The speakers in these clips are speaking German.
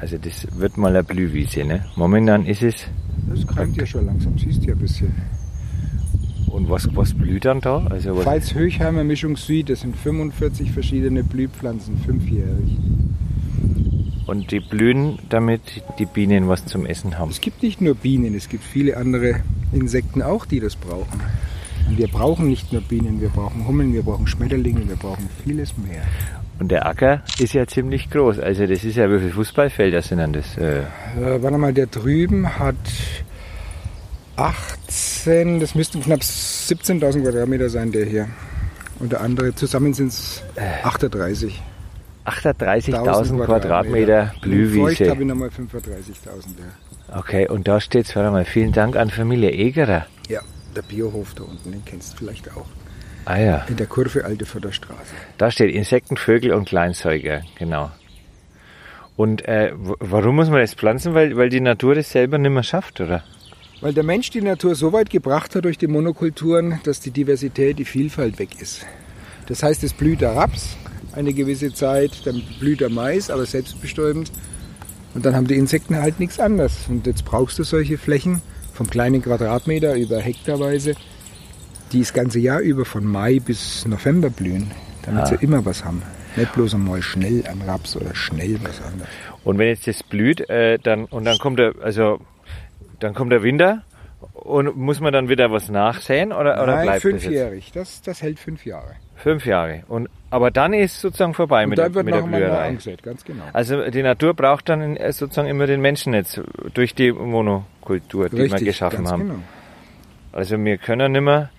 Also das wird mal eine Blühwiese, ne? Momentan ist es. Das keimt ja schon langsam, siehst ja ein bisschen. Und was, was blüht dann da? Also was, Pfalz Höchheimer Mischung Süd, das sind 45 verschiedene Blühpflanzen, fünfjährig. und die blühen, damit die Bienen was zum Essen haben. Es gibt nicht nur Bienen, es gibt viele andere Insekten auch, die das brauchen. Und wir brauchen nicht nur Bienen, wir brauchen Hummeln, wir brauchen Schmetterlinge, wir brauchen vieles mehr. Und der Acker ist ja ziemlich groß. Also das ist ja, wie viele Fußballfelder sind denn das? Äh, Äh, warte mal, der drüben hat 18, das müssten knapp 17.000 Quadratmeter sein, der hier. Und der andere, zusammen sind es 38. 38.000 Quadratmeter Feucht habe Blühwiese. ich nochmal 35.000, ja. Okay, und da steht's, warte mal, vielen Dank an Familie Egerer. Ja, der Biohof da unten, den kennst du vielleicht auch. Ah ja, In der Kurve Alte Förderstraße. da steht Insekten, Vögel und Kleinsäuger, genau. Und äh, w- warum muss man das pflanzen? Weil, weil die Natur das selber nicht mehr schafft, oder? Weil der Mensch die Natur so weit gebracht hat durch die Monokulturen, dass die Diversität, die Vielfalt weg ist. Das heißt, es blüht der Raps eine gewisse Zeit, dann blüht der Mais, aber selbstbestäubend. Und dann haben die Insekten halt nichts anderes. Und jetzt brauchst du solche Flächen vom kleinen Quadratmeter über Hektarweise, die das ganze Jahr über von Mai bis November blühen, Ah. damit sie immer was haben. Nicht bloß einmal schnell an Raps oder schnell was anderes. Und wenn jetzt das blüht, äh, dann und dann kommt der, also dann kommt der Winter und muss man dann wieder was nachsäen oder, oder Nein, bleibt das jetzt? fünfjährig. Das, das hält fünf Jahre. Fünf Jahre. Und aber dann ist sozusagen vorbei Und mit, dann der, wird mit der noch einmal neu Blüherei. angesät, ganz genau. Also die Natur braucht dann äh, sozusagen immer den Menschen jetzt durch die Monokultur, die wir geschaffen ganz haben. Genau. Also wir können nimmer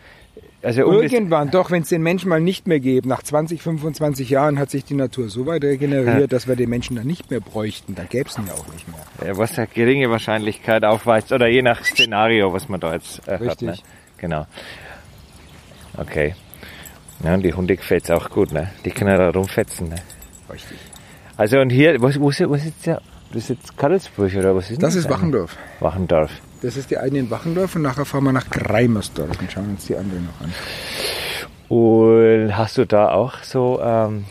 also um das, Irgendwann, doch, wenn es den Menschen mal nicht mehr gäbe, nach 20, 25 Jahren hat sich die Natur so weit regeneriert, Ja. dass wir den Menschen dann nicht mehr bräuchten. Dann gäbe es ihn ja auch nicht mehr. äh, was eine geringe Wahrscheinlichkeit aufweist oder je nach Szenario, was man da jetzt äh, hat. Richtig. Ne? Genau. Okay. Ja, und die Hunde gefällt es auch gut, ne? Die können da rumfetzen, ne? Richtig. Also und hier, was, wo, ist, wo ist jetzt der, das ist jetzt Karlsburg oder was ist denn Das ist eigentlich? Wachendorf. Wachendorf. Das ist die eine in Wachendorf und nachher fahren wir nach Greimersdorf und schauen uns die andere noch an. Und hast du da auch so ähm,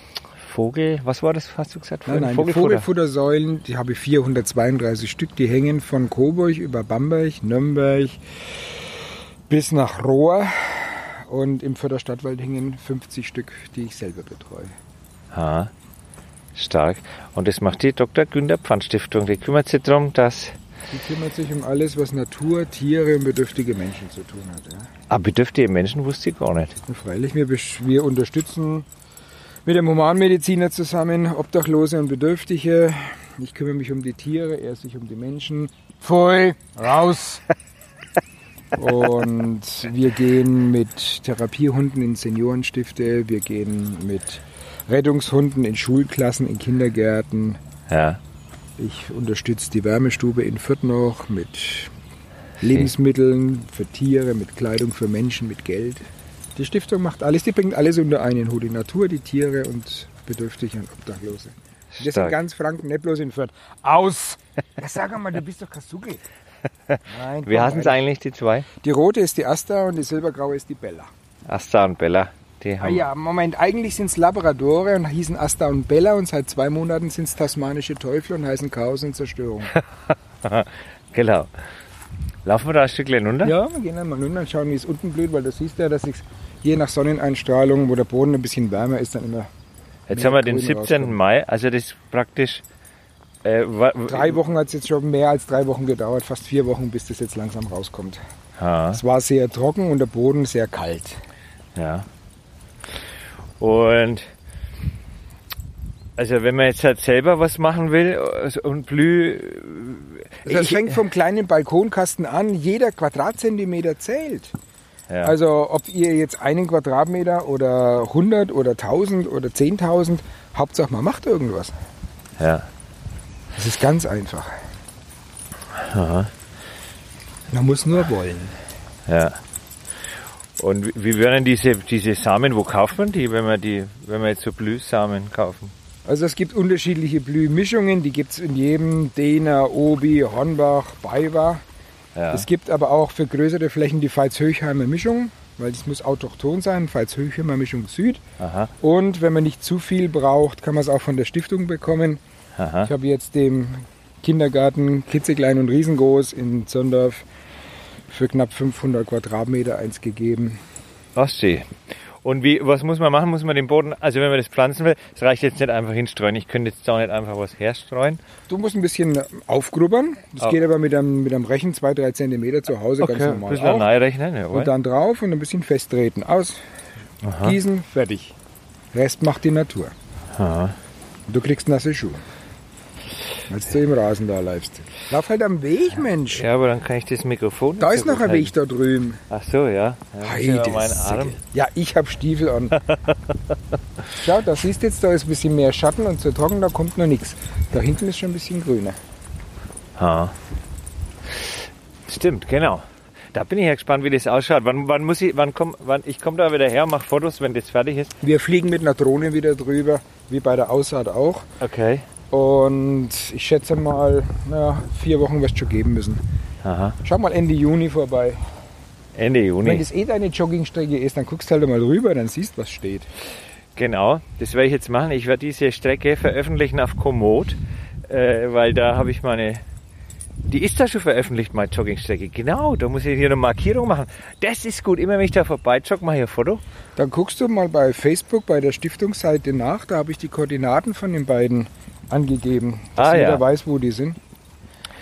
Vogel, was war das, hast du gesagt? Nein, vorhin? nein, die Vogelfutter. Vogelfuttersäulen, die habe ich 432 Stück, die hängen von Coburg über Bamberg, Nürnberg bis nach Rohr. Und im Förderstadtwald hängen 50 Stück, die ich selber betreue. Ha, stark. Und das macht die Dr. Günter Pfand Stiftung. Die kümmert sich darum, dass Die kümmert sich um alles, was Natur, Tiere und bedürftige Menschen zu tun hat. Ja. ah, bedürftige Menschen wusste ich gar nicht. Und freilich, wir, besch- wir unterstützen mit dem Humanmediziner zusammen Obdachlose und Bedürftige. Ich kümmere mich um die Tiere, er sich um die Menschen. Pfui, raus! Und wir gehen mit Therapiehunden in Seniorenstifte, wir gehen mit Rettungshunden in Schulklassen, in Kindergärten. Ja, Ich unterstütze die Wärmestube in Fürth noch mit Lebensmitteln für Tiere, mit Kleidung für Menschen, mit Geld. Die Stiftung macht alles, die bringt alles unter einen Hut. Die Natur, die Tiere und Bedürftige und Obdachlose. Stark. Das sind ganz Franken, nicht bloß in Fürth. Aus! Ja, sag mal, du bist doch Kasuke. Nein, wie komm, heißen es Alter. eigentlich, die zwei? Die rote ist die Asta und die silbergraue ist die Bella. Asta und Bella. Die Ah haben, ja, Moment, eigentlich sind es Labradore und hießen Asta und Bella und seit zwei Monaten sind es tasmanische Teufel und heißen Chaos und Zerstörung. Genau. Laufen wir da ein Stückchen runter? Ja, wir gehen einmal runter und schauen, wie es unten blüht, weil du siehst ja, dass es je nach Sonneneinstrahlung, wo der Boden ein bisschen wärmer ist, dann immer Jetzt Mehr haben wir den Grün 17. rauskommt. Mai, also das ist praktisch äh, wa- drei Wochen hat es jetzt schon mehr als drei Wochen gedauert, fast vier Wochen, bis das jetzt langsam rauskommt. Ha, Es war sehr trocken und der Boden sehr kalt. ja. Und also wenn man jetzt halt selber was machen will also, und Blüh, Also Das Ich- fängt vom kleinen Balkonkasten an. Jeder Quadratzentimeter zählt. ja. Also ob ihr jetzt einen Quadratmeter oder 100 oder 1000 oder 10.000, Hauptsache man macht irgendwas. ja. Es ist ganz einfach. Man muss nur wollen. Ja. Und wie- wie werden diese, diese Samen, wo kauft man die, wenn man die, wenn man jetzt so Blühsamen kaufen? Also es gibt unterschiedliche Blühmischungen, die gibt's in jedem Dena, Obi, Hornbach, Baywa. Ja. Es gibt aber auch für größere Flächen die Pfalz-Höchheimer Mischung, weil es muss autochthon sein, Pfalz-Höchheimer Mischung Süd. Aha, Und wenn man nicht zu viel braucht, kann man es auch von der Stiftung bekommen. aha. Ich habe jetzt dem Kindergarten, klitzeklein und riesengroß in Zondorf für knapp 500 Quadratmeter eins gegeben. Ostsee. Und wie, was muss man machen? Muss man den Boden, also wenn man das pflanzen will, es reicht jetzt nicht einfach hinstreuen. Ich könnte jetzt auch nicht einfach was herstreuen. Du musst ein bisschen aufgrubbern. Das Ah. geht aber mit einem, mit einem Rechen 2-3 Zentimeter zu Hause ganz ein normal. bisschen Auf. neu rechnen. Jawohl. Und dann drauf und ein bisschen festtreten. Aus. Gießen, fertig. Rest macht die Natur. Aha. Du kriegst nasse Schuhe. Als du im Rasen da bleibst. Lauf halt am Weg, Mensch. Ja, aber dann kann ich das Mikrofon. Da nicht ist so noch gut ein Weg da drüben. halten. Ach so, ja. ja muss ich aber meinen Arm. Heidesicke. Ja, ich hab Stiefel an. Schau, da siehst jetzt, da ist ein bisschen mehr Schatten und zu trocken, da kommt noch nichts. Da hinten ist schon ein bisschen grüner. Ha. Stimmt, genau. Da bin ich ja gespannt, wie das ausschaut. Wann, wann muss ich, wann komm, wann, ich komme da wieder her, mache Fotos, wenn das fertig ist. Wir fliegen mit einer Drohne wieder drüber, wie bei der Aussaat auch. Okay. Und ich schätze mal, na, vier Wochen wirst du schon geben müssen. Aha. Schau mal Ende Juni vorbei. Ende Wenn Juni. das eh deine Joggingstrecke ist, dann guckst halt mal rüber, dann siehst, was steht. Genau. Das werde ich jetzt machen. Ich werde diese Strecke veröffentlichen auf Komoot, äh, weil da habe ich meine. Die ist da schon veröffentlicht, meine Joggingstrecke. Genau, da muss ich hier eine Markierung machen. Das ist gut. Immer wenn ich da vorbei jogge, mache ich ein Foto. Dann guckst du mal bei Facebook, bei der Stiftungsseite nach. Da habe ich die Koordinaten von den beiden angegeben, dass Ah, jeder ja. weiß, wo die sind.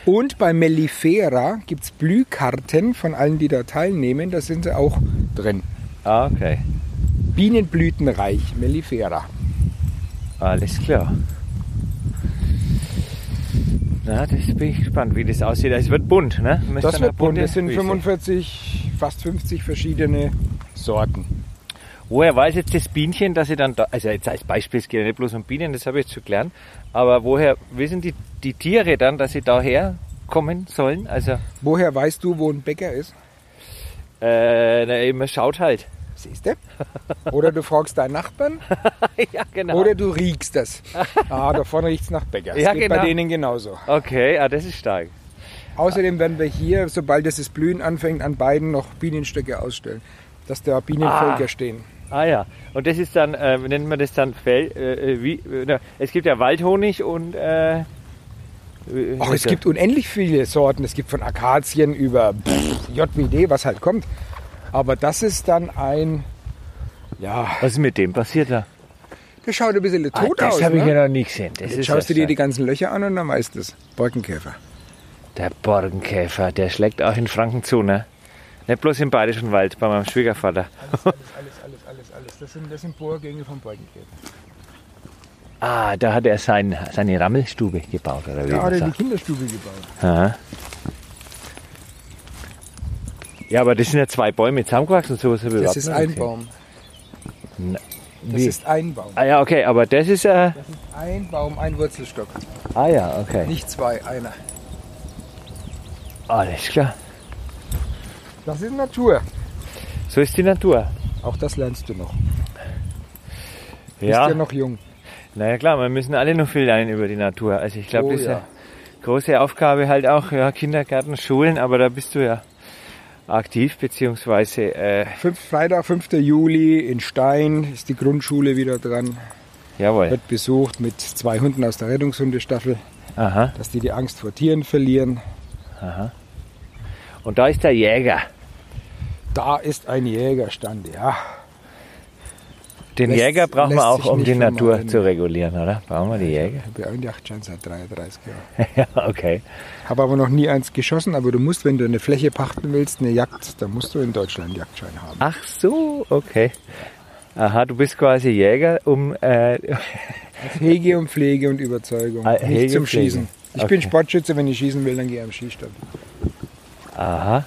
Und bei Mellifera gibt es Blühkarten von allen, die da teilnehmen. Da sind sie auch drin. Ah, okay. Bienenblütenreich, Mellifera. Alles klar. Na, das bin ich gespannt, wie das aussieht. Es wird bunt, ne? Müsst Das dann eine wird bunt. bunte Das sind Wiese. 45, fast 50 verschiedene Sorten. Woher weiß jetzt das Bienchen, dass sie dann da, also jetzt als Beispiel, es geht ja nicht bloß um Bienen, das habe ich jetzt schon gelernt, aber woher wissen die, die Tiere dann, dass sie daher kommen sollen? Also, Woher weißt du, wo ein Bäcker ist? äh, na, eben, man schaut halt. Siehst du? Oder du fragst deinen Nachbarn ja, genau. oder du riechst das. Ah, davon riecht es nach Bäcker. Das Ja, geht genau. bei denen genauso. okay, ah, das ist stark. Außerdem werden wir hier, sobald es das Blühen anfängt, an beiden noch Bienenstöcke ausstellen, dass da Bienenvölker Ah. stehen. Ah ja, und das ist dann, äh, nennt man das dann Fell, äh, äh, wie, äh, na, es gibt ja Waldhonig und, äh, wie- also, Ach, es wie- gibt unendlich viele Sorten. Es gibt von Akazien über pff, JWD, was halt kommt. Aber das ist dann ein, ja, Was ist mit dem passiert da? das schaut ein bisschen Ah, tot das aus. habe ich Ne? ja noch nie gesehen. Das Jetzt ist schaust du ja dir die stark. ganzen Löcher an und dann weißt du es. Borkenkäfer. der Borkenkäfer, der schlägt auch in Franken zu, ne? Nicht bloß im Bayerischen Wald, bei meinem Schwiegervater. Alles, alles, alles, alles, alles. Das sind, das sind Bohrgänge vom Borkenkäfer. Ah, da hat er sein, seine Rammelstube gebaut, oder wie Da hat man er die sagt. Kinderstube gebaut. Aha. Ja, aber das sind ja zwei Bäume zusammengewachsen, sowas habe ich überhaupt Das ist nicht ein gesehen. Baum. Na, Das wie? ist ein Baum. Ah ja, okay, aber das ist äh, Das ist ein Baum, ein Wurzelstock. Ah ja, okay. Nicht zwei, einer. Alles klar. Das ist Natur. So ist die Natur. Auch das lernst du noch. Ja, Bist ja noch jung. naja klar, wir müssen alle noch viel lernen über die Natur. Also ich glaube, Oh das ist ja. eine große Aufgabe halt auch, ja, Kindergärten, Schulen, aber da bist du ja aktiv, beziehungsweise äh, Fünf, Freitag, 5. Juli in Stein ist die Grundschule wieder dran. jawohl. Wird besucht mit zwei Hunden aus der Rettungshundestaffel, Aha. dass die die Angst vor Tieren verlieren. Und da ist der Jäger. Da ist ein Jägerstand, ja. Den Lässt- Jäger brauchen lässt wir auch, sich um nicht die Natur vermeiden. Also. zu regulieren, oder? Brauchen wir die Jäger? Ich habe ja einen Jagdschein seit 33 Jahren. ja, okay. Habe aber noch nie eins geschossen, aber du musst, wenn du eine Fläche pachten willst, eine Jagd, dann musst du in Deutschland einen Jagdschein haben. Ach so, okay. Aha, du bist quasi Jäger, um... Äh, Hege und Pflege und Überzeugung. Ah, Hege Nicht zum und Pflege. Schießen. Ich Okay. bin Sportschütze, wenn ich schießen will, dann gehe ich am Schießstand. aha.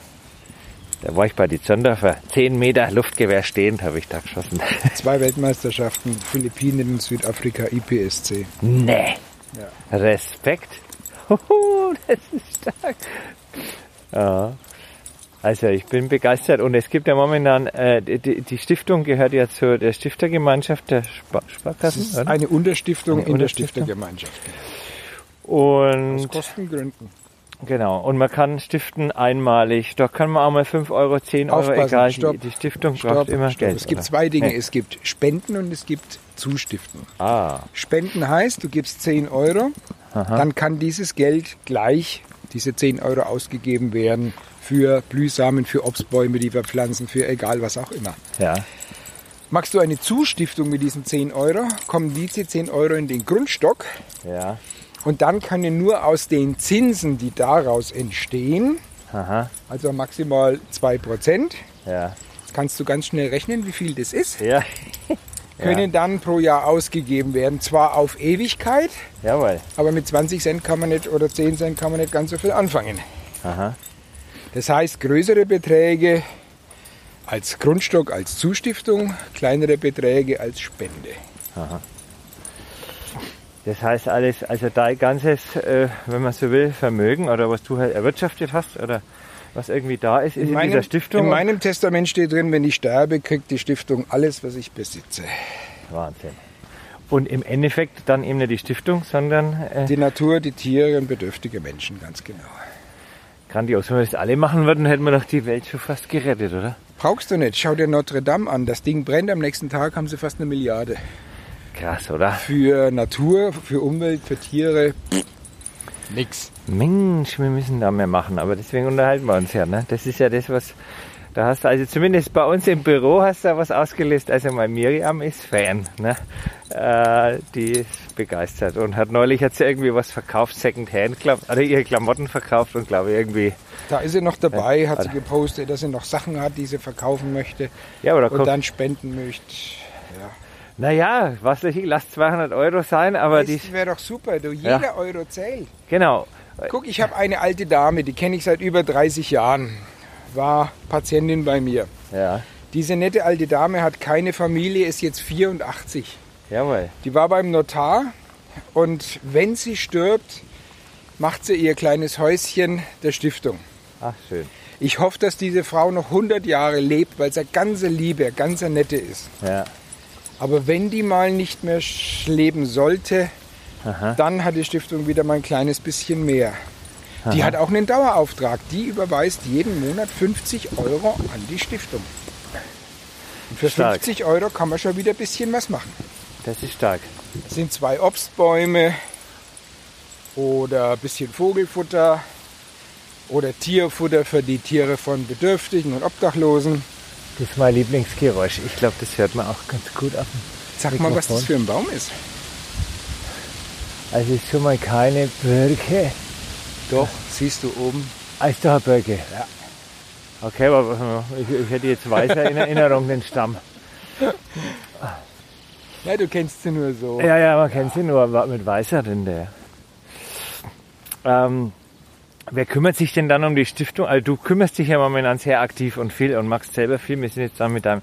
Da war ich bei die Zondorfer. Zehn Meter Luftgewehr stehend habe ich da geschossen. Zwei Weltmeisterschaften, Philippinen und Südafrika, IPSC. Nee. Ja. Respekt. Huhu, das ist stark. Ja. Also ich bin begeistert und es gibt ja momentan, äh, die- die, die Stiftung gehört ja zu der Stiftergemeinschaft der Spa Das Sparkassen. ist oder? eine Unterstiftung Eine in der Unterstiftung. Stiftergemeinschaft. Aus Und Kostengründen. genau, und man kann stiften einmalig, da kann man auch mal 5 Euro, 10 Euro, Aufpassen, egal, die- stopp, die Stiftung braucht immer Geld. es gibt oder? zwei Dinge. Nee. Es gibt Spenden und es gibt Zustiften. Ah, Spenden heißt, du gibst 10 Euro Dann kann dieses Geld gleich, diese 10 Euro ausgegeben werden für Blühsamen, für Obstbäume, die wir pflanzen, für egal was auch immer. Ja. Machst du eine Zustiftung mit diesen 10 Euro, kommen diese 10 Euro in den Grundstock Ja. und dann können nur aus den Zinsen, die daraus entstehen, Aha. also maximal 2%, Ja. kannst du ganz schnell rechnen, wie viel das ist, Ja. können dann pro Jahr ausgegeben werden. Zwar auf Ewigkeit, Jawohl. aber mit 20 Cent kann man nicht oder 10 Cent kann man nicht ganz so viel anfangen. Aha. Das heißt, größere Beträge als Grundstock, als Zustiftung, kleinere Beträge als Spende. Das heißt alles, also dein ganzes, äh, wenn man so will, Vermögen oder was du halt erwirtschaftet hast oder was irgendwie da ist, ist in, dieser Stiftung. in meinem Testament steht drin, wenn ich sterbe, kriegt die Stiftung alles, was ich besitze. Wahnsinn. Und im Endeffekt dann eben nicht die Stiftung, sondern äh, Die Natur, die Tiere und bedürftige Menschen, ganz genau. grandios. Wenn wir das alle machen würden, hätten wir doch die Welt schon fast gerettet, oder? Brauchst du nicht. Schau dir Notre Dame an. Das Ding brennt. Am nächsten Tag haben sie fast eine Milliarde. Krass, oder? Für Natur, für Umwelt, für Tiere. Nix. Mensch, wir müssen da mehr machen, aber deswegen unterhalten wir uns ja. Ne? Das ist ja das, was da hast du, also zumindest bei uns im Büro hast du da was ausgelöst. Also meine Miriam ist Fan, ne? äh, die ist begeistert und hat neulich hat sie irgendwie was verkauft, Secondhand, glaub, oder ihre Klamotten verkauft und glaube irgendwie, Da ist sie noch dabei, hat sie gepostet, dass sie noch Sachen hat, die sie verkaufen möchte ja oder und kommt, dann spenden möchte. Ja. naja, was weiß ich, lass 200 Euro sein, aber die, Das wäre doch super, du. Jeder Euro zählt. genau, Guck, ich habe eine alte Dame, die kenne ich seit über 30 Jahren. War Patientin bei mir. ja, Diese nette alte Dame hat keine Familie, ist jetzt 84. jawohl, Die war beim Notar und wenn sie stirbt, macht sie ihr kleines Häuschen der Stiftung. ach schön, Ich hoffe, dass diese Frau noch 100 Jahre lebt, weil sie eine ganze Liebe, eine ganze Nette ist. ja, Aber wenn die mal nicht mehr sch- leben sollte, Aha. dann hat die Stiftung wieder mal ein kleines bisschen mehr. Die hat auch einen Dauerauftrag. Die überweist jeden Monat 50 Euro an die Stiftung. Und für Stark. 50 Euro kann man schon wieder ein bisschen was machen. das ist stark, Das sind zwei Obstbäume oder ein bisschen Vogelfutter oder Tierfutter für die Tiere von Bedürftigen und Obdachlosen. das ist mein Lieblingsgeräusch, ich glaube, das hört man auch ganz gut ab. Sag mal, was das Mikrofon. für ein Baum ist. Also ist schon mal keine Birke. Doch, siehst du oben. Als doch eine Birke. Ja. Okay, aber äh, ich, ich hätte jetzt weißer in Erinnerung den Stamm. Ja, du kennst sie nur so. Ja, ja, man kennt sie nur, aber mit weißer Rinde. ja. Ähm, wer kümmert sich denn dann um die Stiftung? Also du kümmerst dich ja momentan sehr aktiv und viel und machst selber viel. Wir sind jetzt da mit deinem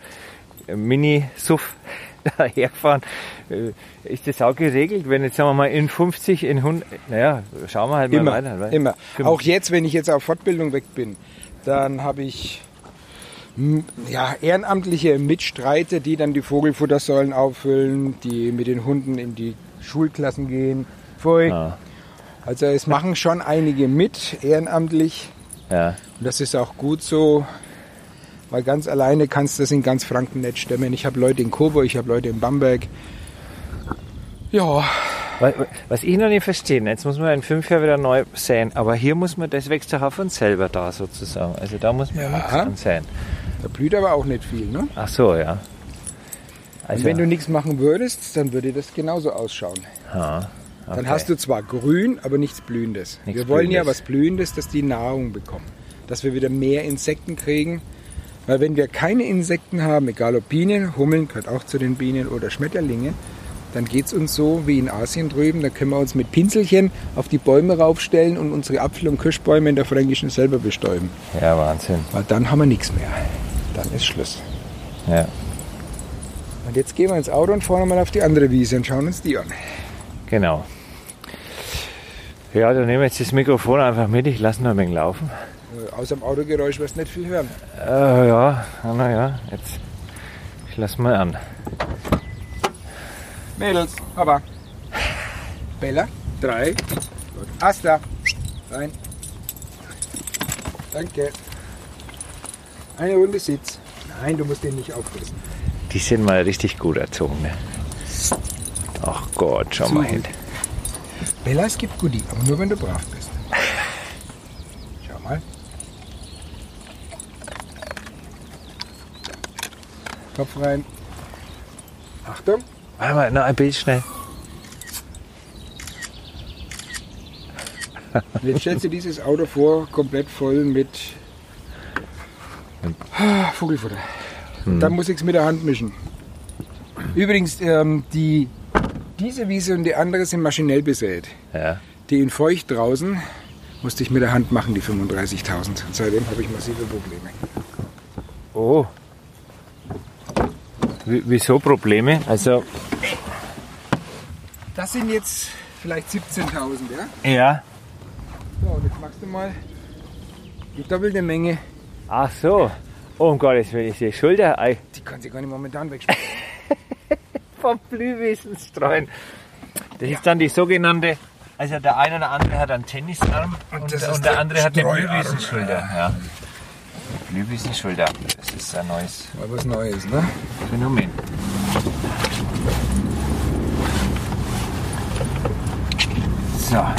Mini-Suff daherfahren. Äh, Ist das auch geregelt, wenn jetzt sagen wir mal in 50, in 100, naja, schauen wir halt mal Immer, weiter. weil- Genau. immer. Küm- Auch jetzt, wenn ich jetzt auf Fortbildung weg bin, dann habe ich m, ja, ehrenamtliche Mitstreiter, die dann die Vogelfuttersäulen auffüllen, die mit den Hunden in die Schulklassen gehen. Pfui. Ah, Also es machen schon einige mit, ehrenamtlich. ja. Und das ist auch gut so, weil ganz alleine kannst du das in ganz Franken nicht stemmen. Ich habe Leute in Coburg, ich habe Leute in Bamberg. Ja, Wa- wa- Was ich noch nicht verstehe, ne, jetzt muss man in fünf Jahren wieder neu säen, aber hier muss man, das wächst doch auch von selber da sozusagen. Also da muss man ja. nichts Ja. dran säen. da blüht aber auch nicht viel, ne? Ach so, ja. Und Also, wenn du nichts machen würdest, dann würde das genauso ausschauen. ah, okay. Dann hast du zwar grün, aber nichts Blühendes. Nichts wir wollen ja Blühendes. was Blühendes, dass die Nahrung bekommen. Dass wir wieder mehr Insekten kriegen. Weil wenn wir keine Insekten haben, egal ob Bienen, Hummeln gehört auch zu den Bienen oder Schmetterlinge, dann geht es uns so wie in Asien drüben. Da können wir uns mit Pinselchen auf die Bäume raufstellen und unsere Apfel- und Kirschbäume in der Fränkischen selber bestäuben. Ja, Wahnsinn. Weil dann haben wir nichts mehr. Dann ist Schluss. Ja. Und jetzt gehen wir ins Auto und fahren mal auf die andere Wiese und schauen uns die an. Genau. Ja, dann nehmen wir jetzt das Mikrofon einfach mit, ich lasse noch ein wenig laufen. Äh, Außer dem Autogeräusch wirst du nicht viel hören. Äh, ja, naja, jetzt. Ich lass mal an. Mädels, Papa. Bella, drei. Asta, rein. Danke. Eine Runde Sitz. Nein, du musst den nicht aufrissen. Die sind mal richtig gut erzogen, ne? Ach Gott, schau mal hin. Bella, es gibt Goodie, aber nur wenn du brav bist. Schau mal. Kopf rein. Achtung. Warte mal, noch ein Bild schnell. Und Jetzt stellst du dieses Auto vor, komplett voll mit Ah, Vogelfutter. Dann muss ich es mit der Hand mischen. Übrigens, ähm, die, diese Wiese und die andere sind maschinell besät. Ja. Die in Feucht draußen musste ich mit der Hand machen, die 35.000. Und seitdem habe ich massive Probleme. Oh. W wieso Probleme? Also, Das sind jetzt vielleicht 17.000, ja? ja. So, und jetzt machst du mal die doppelte Menge. Ach so. Oh, um Gottes Willen, ich sehe Schulter. Ei. Die kann sie gar nicht momentan wegschmeißen. vom Blühwesen streuen. Das ist dann die sogenannte, also der eine oder andere hat einen Tennisarm und, das und, ist der der andere hat eine Streuarm. Blühwesenschulter. Ja. Blühwesenschulter, das ist ein neues Mal was Neues, ne? Phänomen. So, Da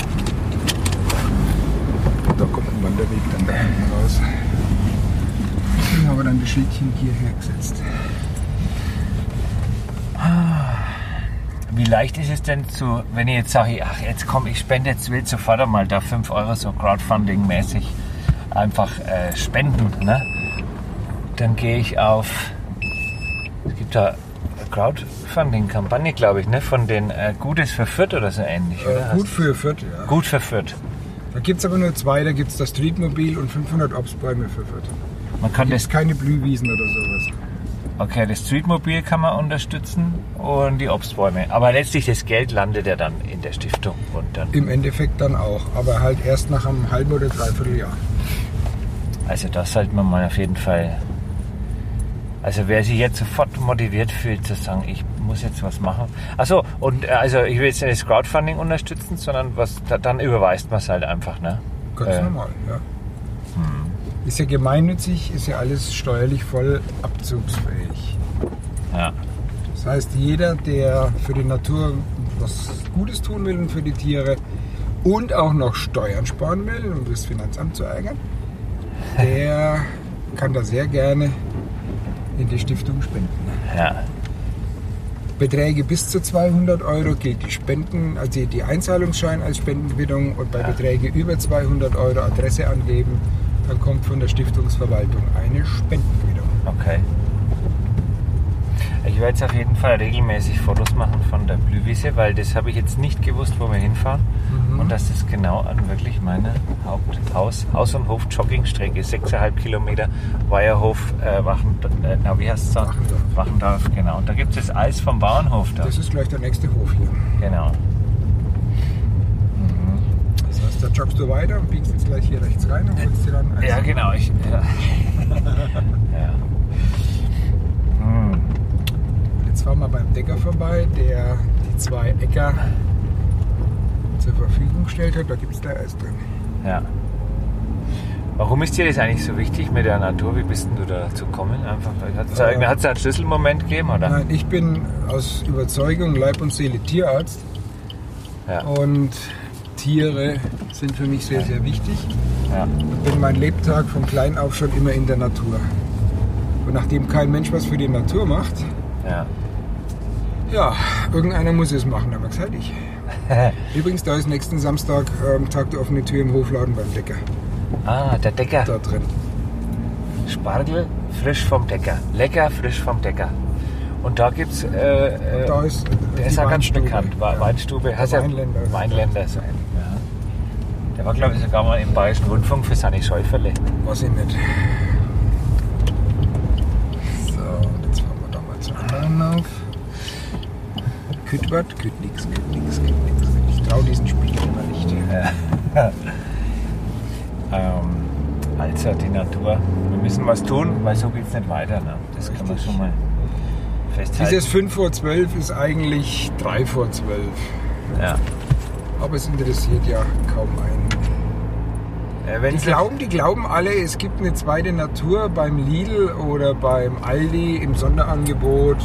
kommt ein Wanderweg dann da hinten raus. Ich habe dann das Schildchen hierher gesetzt. wie leicht ist es denn zu, wenn ich jetzt sage, ach jetzt komm, ich spende jetzt wild sofort einmal da 5 Euro so Crowdfunding-mäßig einfach äh, spenden, ne? Dann gehe ich auf, es gibt da eine Crowdfunding-Kampagne, glaube ich, ne? Von den äh, Gutes für Fürth oder so ähnlich, oder? Äh, Gut für Fürth, ja. Gut für Fürth. Da gibt es aber nur zwei, da gibt es das Streetmobil und 500 Obstbäume für Fürth. Man kann Da das, ist keine Blühwiesen oder sowas. okay, das Streetmobil kann man unterstützen und die Obstbäume. Aber letztlich das Geld landet ja dann in der Stiftung und dann, Im Endeffekt dann auch, aber halt erst nach einem halben oder dreiviertel Jahr. also das sollte man mal auf jeden Fall, also wer sich jetzt sofort motiviert fühlt zu sagen, ich muss jetzt was machen. Achso, und äh, also ich will jetzt nicht das Crowdfunding unterstützen, sondern was, da, dann überweist man es halt einfach, ne? Ganz Äh. normal, ja. Ist ja gemeinnützig, ist ja alles steuerlich voll abzugsfähig. Ja. Das heißt, jeder, der für die Natur was Gutes tun will und für die Tiere und auch noch Steuern sparen will, um das Finanzamt zu ärgern, der kann da sehr gerne in die Stiftung spenden. Ja. Beträge bis zu 200 Euro gilt die Spenden, also die- die Einzahlungsschein als Spendenbindung und bei Ja. Beträge über 200 Euro Adresse angeben, dann kommt von der Stiftungsverwaltung eine Spendenbindung. Okay. Ich werde jetzt auf jeden Fall regelmäßig Fotos machen von der Blühwiese, weil das habe ich jetzt nicht gewusst, wo wir hinfahren. Und dass das genau an wirklich meiner Haupthaus, Haus- und Hof-Joggingstrecke, 6,5 Kilometer, Weierhof, äh, Wachendorf, äh, na, wie heißt es da? Wachendorf. Wachendorf, genau. Und da gibt es das Eis vom Bauernhof da. Das ist gleich der nächste Hof hier. Genau. Mhm. Das heißt, da joggst du weiter und biegst jetzt gleich hier rechts rein und holst dir dann eins. Ja, genau. Ich, ja. ja. Hm. Jetzt fahren wir beim Decker vorbei, der die zwei Äcker zur Verfügung gestellt hat. Da gibt es da Eis drin. Ja. Warum ist dir das eigentlich so wichtig mit der Natur? Wie bist denn du dazu gekommen? Einfach, hat es da, Äh, irgendeinen- hat's da einen Schlüsselmoment gegeben, oder? Nein, ich bin aus Überzeugung Leib und Seele Tierarzt Ja. und Tiere sind für mich sehr, sehr wichtig. ja. Ich bin mein Lebtag von klein auf schon immer in der Natur. Und nachdem kein Mensch was für die Natur macht, ja. ja, irgendeiner muss es machen, aber gesagt ich. Übrigens, da ist nächsten Samstag ähm, Tag der offenen Tür im Hofladen beim Decker. Ah, der Decker. Da drin. Spargel frisch vom Decker. Lecker frisch vom Decker. Und da gibt's. Äh, äh, Da ist, äh, der die ist ja ganz Weinstube. bekannt. Wa- Weinstube. Hast ja- Weinländer. Weinländer. so. Ja. Der war, glaube ich, sogar mal im Bayerischen Rundfunk für seine Schäuferle. Weiß ich nicht. So, und jetzt fahren wir da mal zum anderen auf. Küt was? Küt nix, küt nix, küt nix. Ich trau diesen Spiegel immer nicht. Äh, Ähm, also die Natur. Wir müssen was tun, weil so geht es nicht weiter. Ne? Das kann man Richtig. schon mal festhalten. Dieses 5 vor 12 ist eigentlich 3 vor 12. ja. Aber es interessiert ja kaum einen. äh, wenn Die es glauben, die glauben alle, es gibt eine zweite Natur beim Lidl oder beim Aldi im Sonderangebot,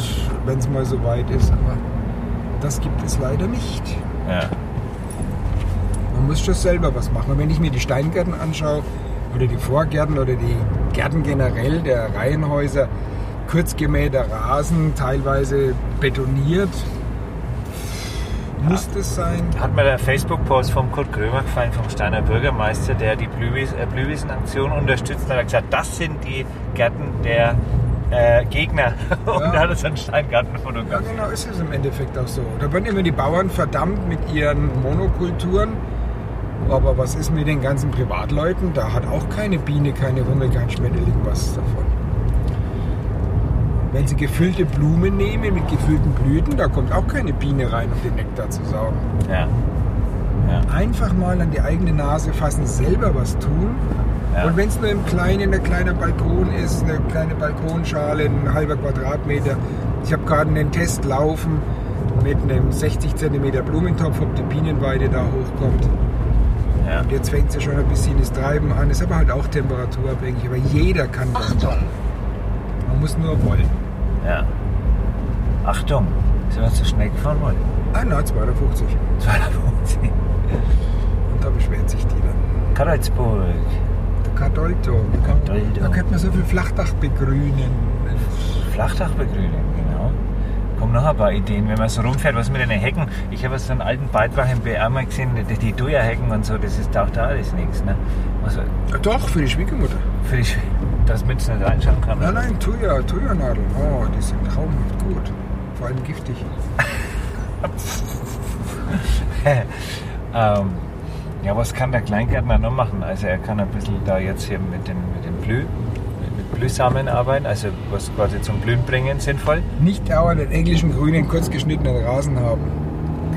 wenn es mal so weit ist. Aber das gibt es leider nicht. ja. muss schon selber was machen. Und wenn ich mir die Steingärten anschaue oder die Vorgärten oder die Gärten generell der Reihenhäuser, kurz gemähter Rasen, teilweise betoniert, muss das sein? Hat mir der Facebook-Post vom Kurt Krömer gefallen, vom Steiner Bürgermeister, der die Blühwies, äh, Blühwiesen-Aktion unterstützt. Und hat er gesagt, das sind die Gärten der äh, Gegner. Und Ja. hat es einen Steingarten Ja, fotografiert. genau ist es im Endeffekt auch so. Da werden immer die Bauern verdammt mit ihren Monokulturen. Aber was ist mit den ganzen Privatleuten? Da hat auch keine Biene, keine Hummel, kein Schmetterling was davon. Wenn sie gefüllte Blumen nehmen mit gefüllten Blüten, da kommt auch keine Biene rein, um den Nektar zu saugen. Ja. Einfach mal an die eigene Nase fassen, selber was tun. Ja. Und wenn es nur im Kleinen ein kleiner Balkon ist, eine kleine Balkonschale, ein halber Quadratmeter. Ich habe gerade einen Test laufen mit einem 60 cm Blumentopf, ob die Bienenweide da hochkommt. ja. Und jetzt fängt sie schon ein bisschen das Treiben an. Ist aber halt auch temperaturabhängig. Aber jeder kann was machen. Man muss nur wollen. Ja. Achtung, sind wir zu schnell gefahren worden? Ah, na, 250. 250. Und da beschwert sich die dann. Karlsburg. Der Kadolto. Kadolto. Da könnte man so viel Flachdach begrünen. Flachdachbegrünung, genau. Kommen noch ein paar Ideen, wenn man so rumfährt, was mit den Hecken. Ich habe so einen alten Beitrag im BR mal gesehen, die, die Duja-Hecken und so, das ist auch da alles nichts. Ne? Also, Ja, Doch, für die Schwiegermutter. für die, dass man es nicht reinschauen kann. Nein, nein, Thuja, Thuja-Nadeln. Oh, die sind traumhaft gut. Vor allem giftig. ähm, ja, was kann der Kleingärtner noch machen? Also er kann ein bisschen da jetzt hier mit dem, mit dem Blü, mit Blühsamen arbeiten, also was quasi zum Blühen bringen sinnvoll. Nicht dauernd den englischen grünen, kurz geschnittenen Rasen haben.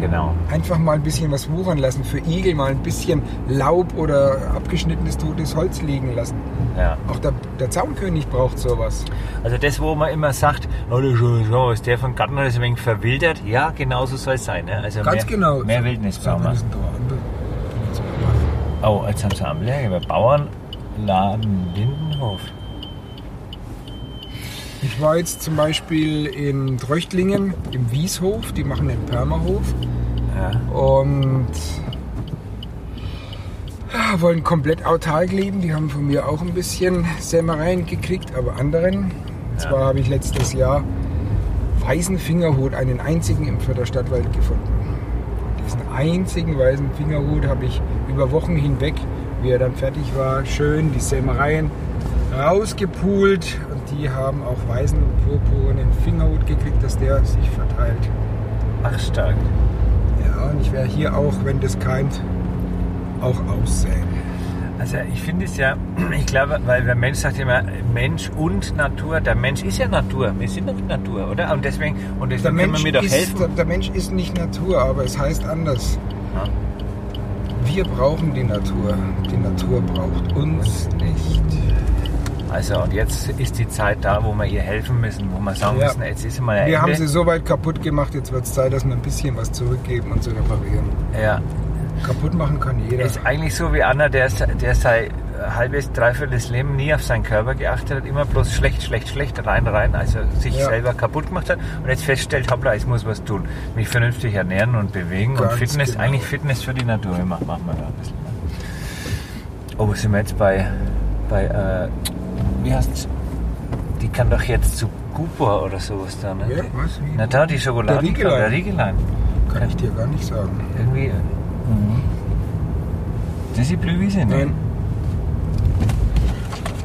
Genau. Einfach mal ein bisschen was wuchern lassen. Für Igel mal ein bisschen Laub oder abgeschnittenes totes Holz liegen lassen. Ja. Auch der, der Zaunkönig braucht sowas. Also das, wo man immer sagt, oh, der Jean-Jean, ist der von Gartner ist ein wenig verwildert. Ja, genau so soll es sein. Ne? Also mehr, Ganz genau. Mehr Wildnis brauchen wir. Das sind doch andere. Oh, jetzt haben sie eine Ampel hergegeben. Bauernladen Lindenhof. Ich war jetzt zum Beispiel in Tröchtlingen im Wieshof. Die machen den Permahof. Ja. und ja, wollen komplett autark leben. Die haben von mir auch ein bisschen Sämereien gekriegt, aber anderen. Und zwar habe ich letztes Jahr weißen Fingerhut, einen einzigen im Fürther Stadtwald gefunden. Diesen einzigen weißen Fingerhut habe ich über Wochen hinweg, wie er dann fertig war, schön die Sämereien rausgepult und die haben auch weißen und purpurnen Fingerhut gekriegt, dass der sich verteilt. Ach, stark. Ja, und ich wäre hier auch, wenn das keimt, auch aussäen. Also ich finde es ja, ich glaube, weil der Mensch sagt immer Mensch und Natur. Der Mensch ist ja Natur. Wir sind doch Natur, oder? Und deswegen, und deswegen können wir mir doch ist, helfen. Der, der Mensch ist nicht Natur, aber es heißt anders. Ja. Wir brauchen die Natur. Die Natur braucht uns nicht. Also und jetzt ist die Zeit da, wo wir ihr helfen müssen, wo wir sagen Ja. müssen, jetzt ist mal Wir Ende. haben sie so weit kaputt gemacht, jetzt wird es Zeit, dass wir ein bisschen was zurückgeben und sie reparieren. ja. Kaputt machen kann jeder. Ist eigentlich so wie Anna, der, der sein halbes, dreiviertel Leben nie auf seinen Körper geachtet hat, immer bloß schlecht, schlecht, schlecht, rein, rein, also sich Ja. selber kaputt gemacht hat und jetzt feststellt, hoppla, ich muss was tun. Mich vernünftig ernähren und bewegen und Ganz Fitness, genau. eigentlich Fitness für die Natur immer, machen wir da ein bisschen. Ne? Oh, sind wir jetzt bei, bei äh, wie heißt's? Die kann doch jetzt zu Gubor oder sowas da, ne? Ja, was? Wie? Na da, die Schokolade, Der Riegelein. der Riegelein. Kann ich dir gar nicht sagen. Irgendwie, äh, das ist die Blühwiese, ne? Mhm. Nein.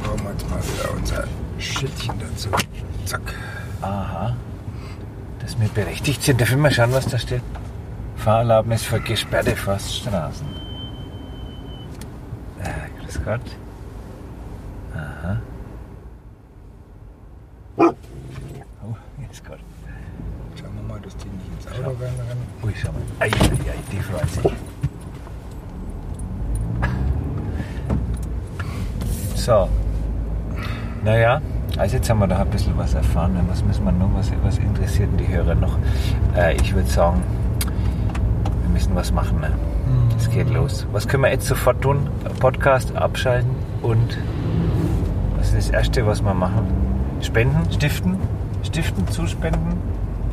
Brauchen wir jetzt mal wieder unser Schildchen dazu. Zack. Aha. Dass wir berechtigt sind. Darf ich mal schauen, was da steht? Fahrerlaubnis für gesperrte Forststraßen. Äh, grüß Gott. Aha. Oh, grüß Gott. Schauen wir mal, dass die nicht ins Auto reinrennen. Ui, schau mal. Ei, ei, ei, die freut sich. So. Naja, also jetzt haben wir da ein bisschen was erfahren. Was müssen wir noch? Was, was interessiert denn die Hörer noch? Äh, ich würde sagen, wir müssen was machen. Ne? Hm. Es geht los. Was können wir jetzt sofort tun? Podcast abschalten und was ist das Erste, was wir machen? Spenden, stiften, stiften, zuspenden.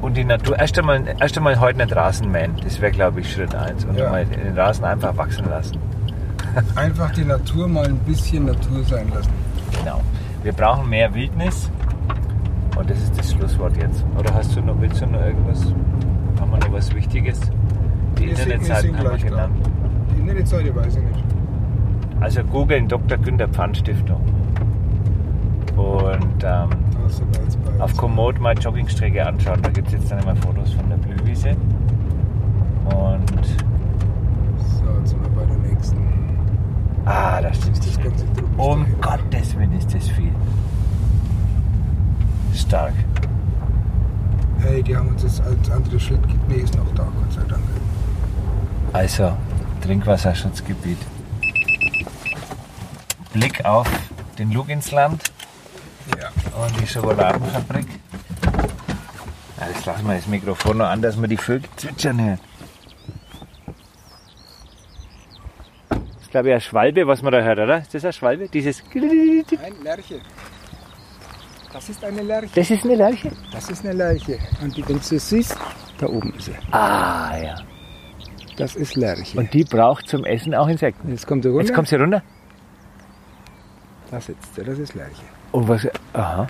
und die Natur. Erst einmal, erst einmal heute nicht Rasen mähen. Das wäre, glaube ich, Schritt eins. Und Ja. mal den Rasen einfach wachsen lassen. Einfach die Natur mal ein bisschen Natur sein lassen. Genau. Wir brauchen mehr Wildnis. Und das ist das Schlusswort jetzt. Oder hast du noch, willst du noch irgendwas? Haben wir noch was Wichtiges? Die Wir sind- wir Internetseiten sind haben wir gleich da. genannt. Die Internetseite weiß ich nicht. Also googeln Dr. Günter Pfann Stiftung. Und ähm, Da ist sogar jetzt bei auf Komoot mal Joggingstrecke anschauen. Da gibt es jetzt dann immer Fotos von der Blühwiese. Und So, jetzt sind wir bei der nächsten. ah, da steht Das ganze Druck ist Um dahin. Gottes Willen ist das viel. Stark. Hey, die haben uns jetzt als anderes Schild gegeben. Nee, ist noch da, Gott sei Dank. Also, Trinkwasserschutzgebiet. Blick auf den Luginsland Ja. und die Schokoladenfabrik. Ja, jetzt lassen wir das Mikrofon noch an, dass man die Vögel zwitschern hört. Das ist, glaube ich, eine Schwalbe, was man da hört, oder? Ist das eine Schwalbe? Dieses... Ein Lerche. Das ist eine Lerche. Das ist eine Lerche? Das ist eine Lerche. Und die, wenn du sie siehst, da oben ist sie. Ah, ja. Das ist Lerche. Und die braucht zum Essen auch Insekten. jetzt kommt sie runter. Jetzt kommt sie runter. da sitzt sie. Das ist Lerche. Und Oh, was... Aha.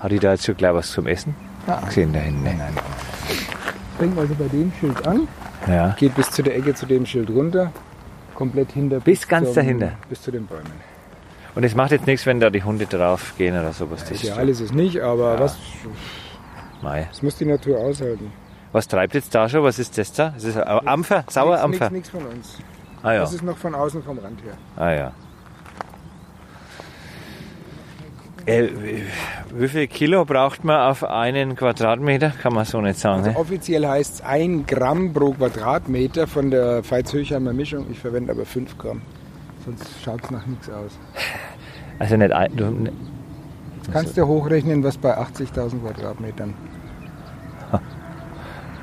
Hat die da jetzt schon gleich was zum Essen? Gesehen da hinten. ne? nein, nein. Springen also bei dem Schild an. Ja. Geht bis zu der Ecke zu dem Schild runter. Komplett hinter. Bis ganz zum, dahinter. Bis zu den Bäumen. Und es macht jetzt nichts, wenn da die Hunde drauf gehen oder sowas. Das ist Ideal ist es nicht, aber Ja. was, Mei. das muss die Natur aushalten. Was treibt jetzt da schon? Was ist das da? Das ist ein Ampfer, Sauerampfer. Nichts von uns. Ah ja. Das ist noch von außen vom Rand her. Ah ja. Äh, wie- wie viel Kilo braucht man auf einen Quadratmeter? Kann man so nicht sagen. Also Ne? offiziell heißt es 1 Gramm pro Quadratmeter von der Veitshöchheimer Mischung. Ich verwende aber 5 Gramm. Sonst schaut es nach nichts aus. Also nicht ein, du, ne, Jetzt kannst du hochrechnen, was bei 80.000 Quadratmetern.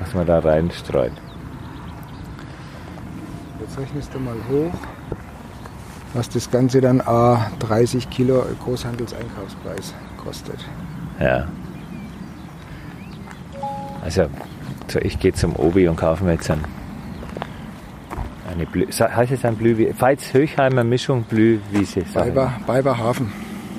was man da reinstreut. Jetzt rechnest du mal hoch, was das Ganze dann a 30 Kilo Großhandelseinkaufspreis kostet. Ja. Also, so, ich gehe zum Obi und kaufe mir jetzt ein, eine Blü Sa- heißt es ein Blühwiese? Veits Höchheimer Mischung Blühwiese. sag ich Weiber, Weiberhafen.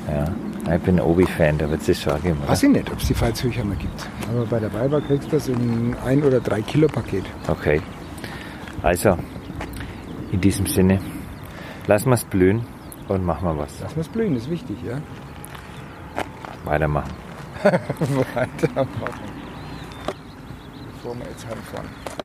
mal. Ja. Nein, Ich bin Obi-Fan, da wird es schon geben. Oder? Weiß ich nicht, ob es die Veitshöchheimer gibt. Aber bei der Weiber kriegst du das in ein oder drei Kilo Paket. Okay. Also, in diesem Sinne, lassen wir es blühen und machen wir was. Das muss blühen, ist wichtig, ja? Weitermachen. Weitermachen. Bevor wir jetzt heimfahren.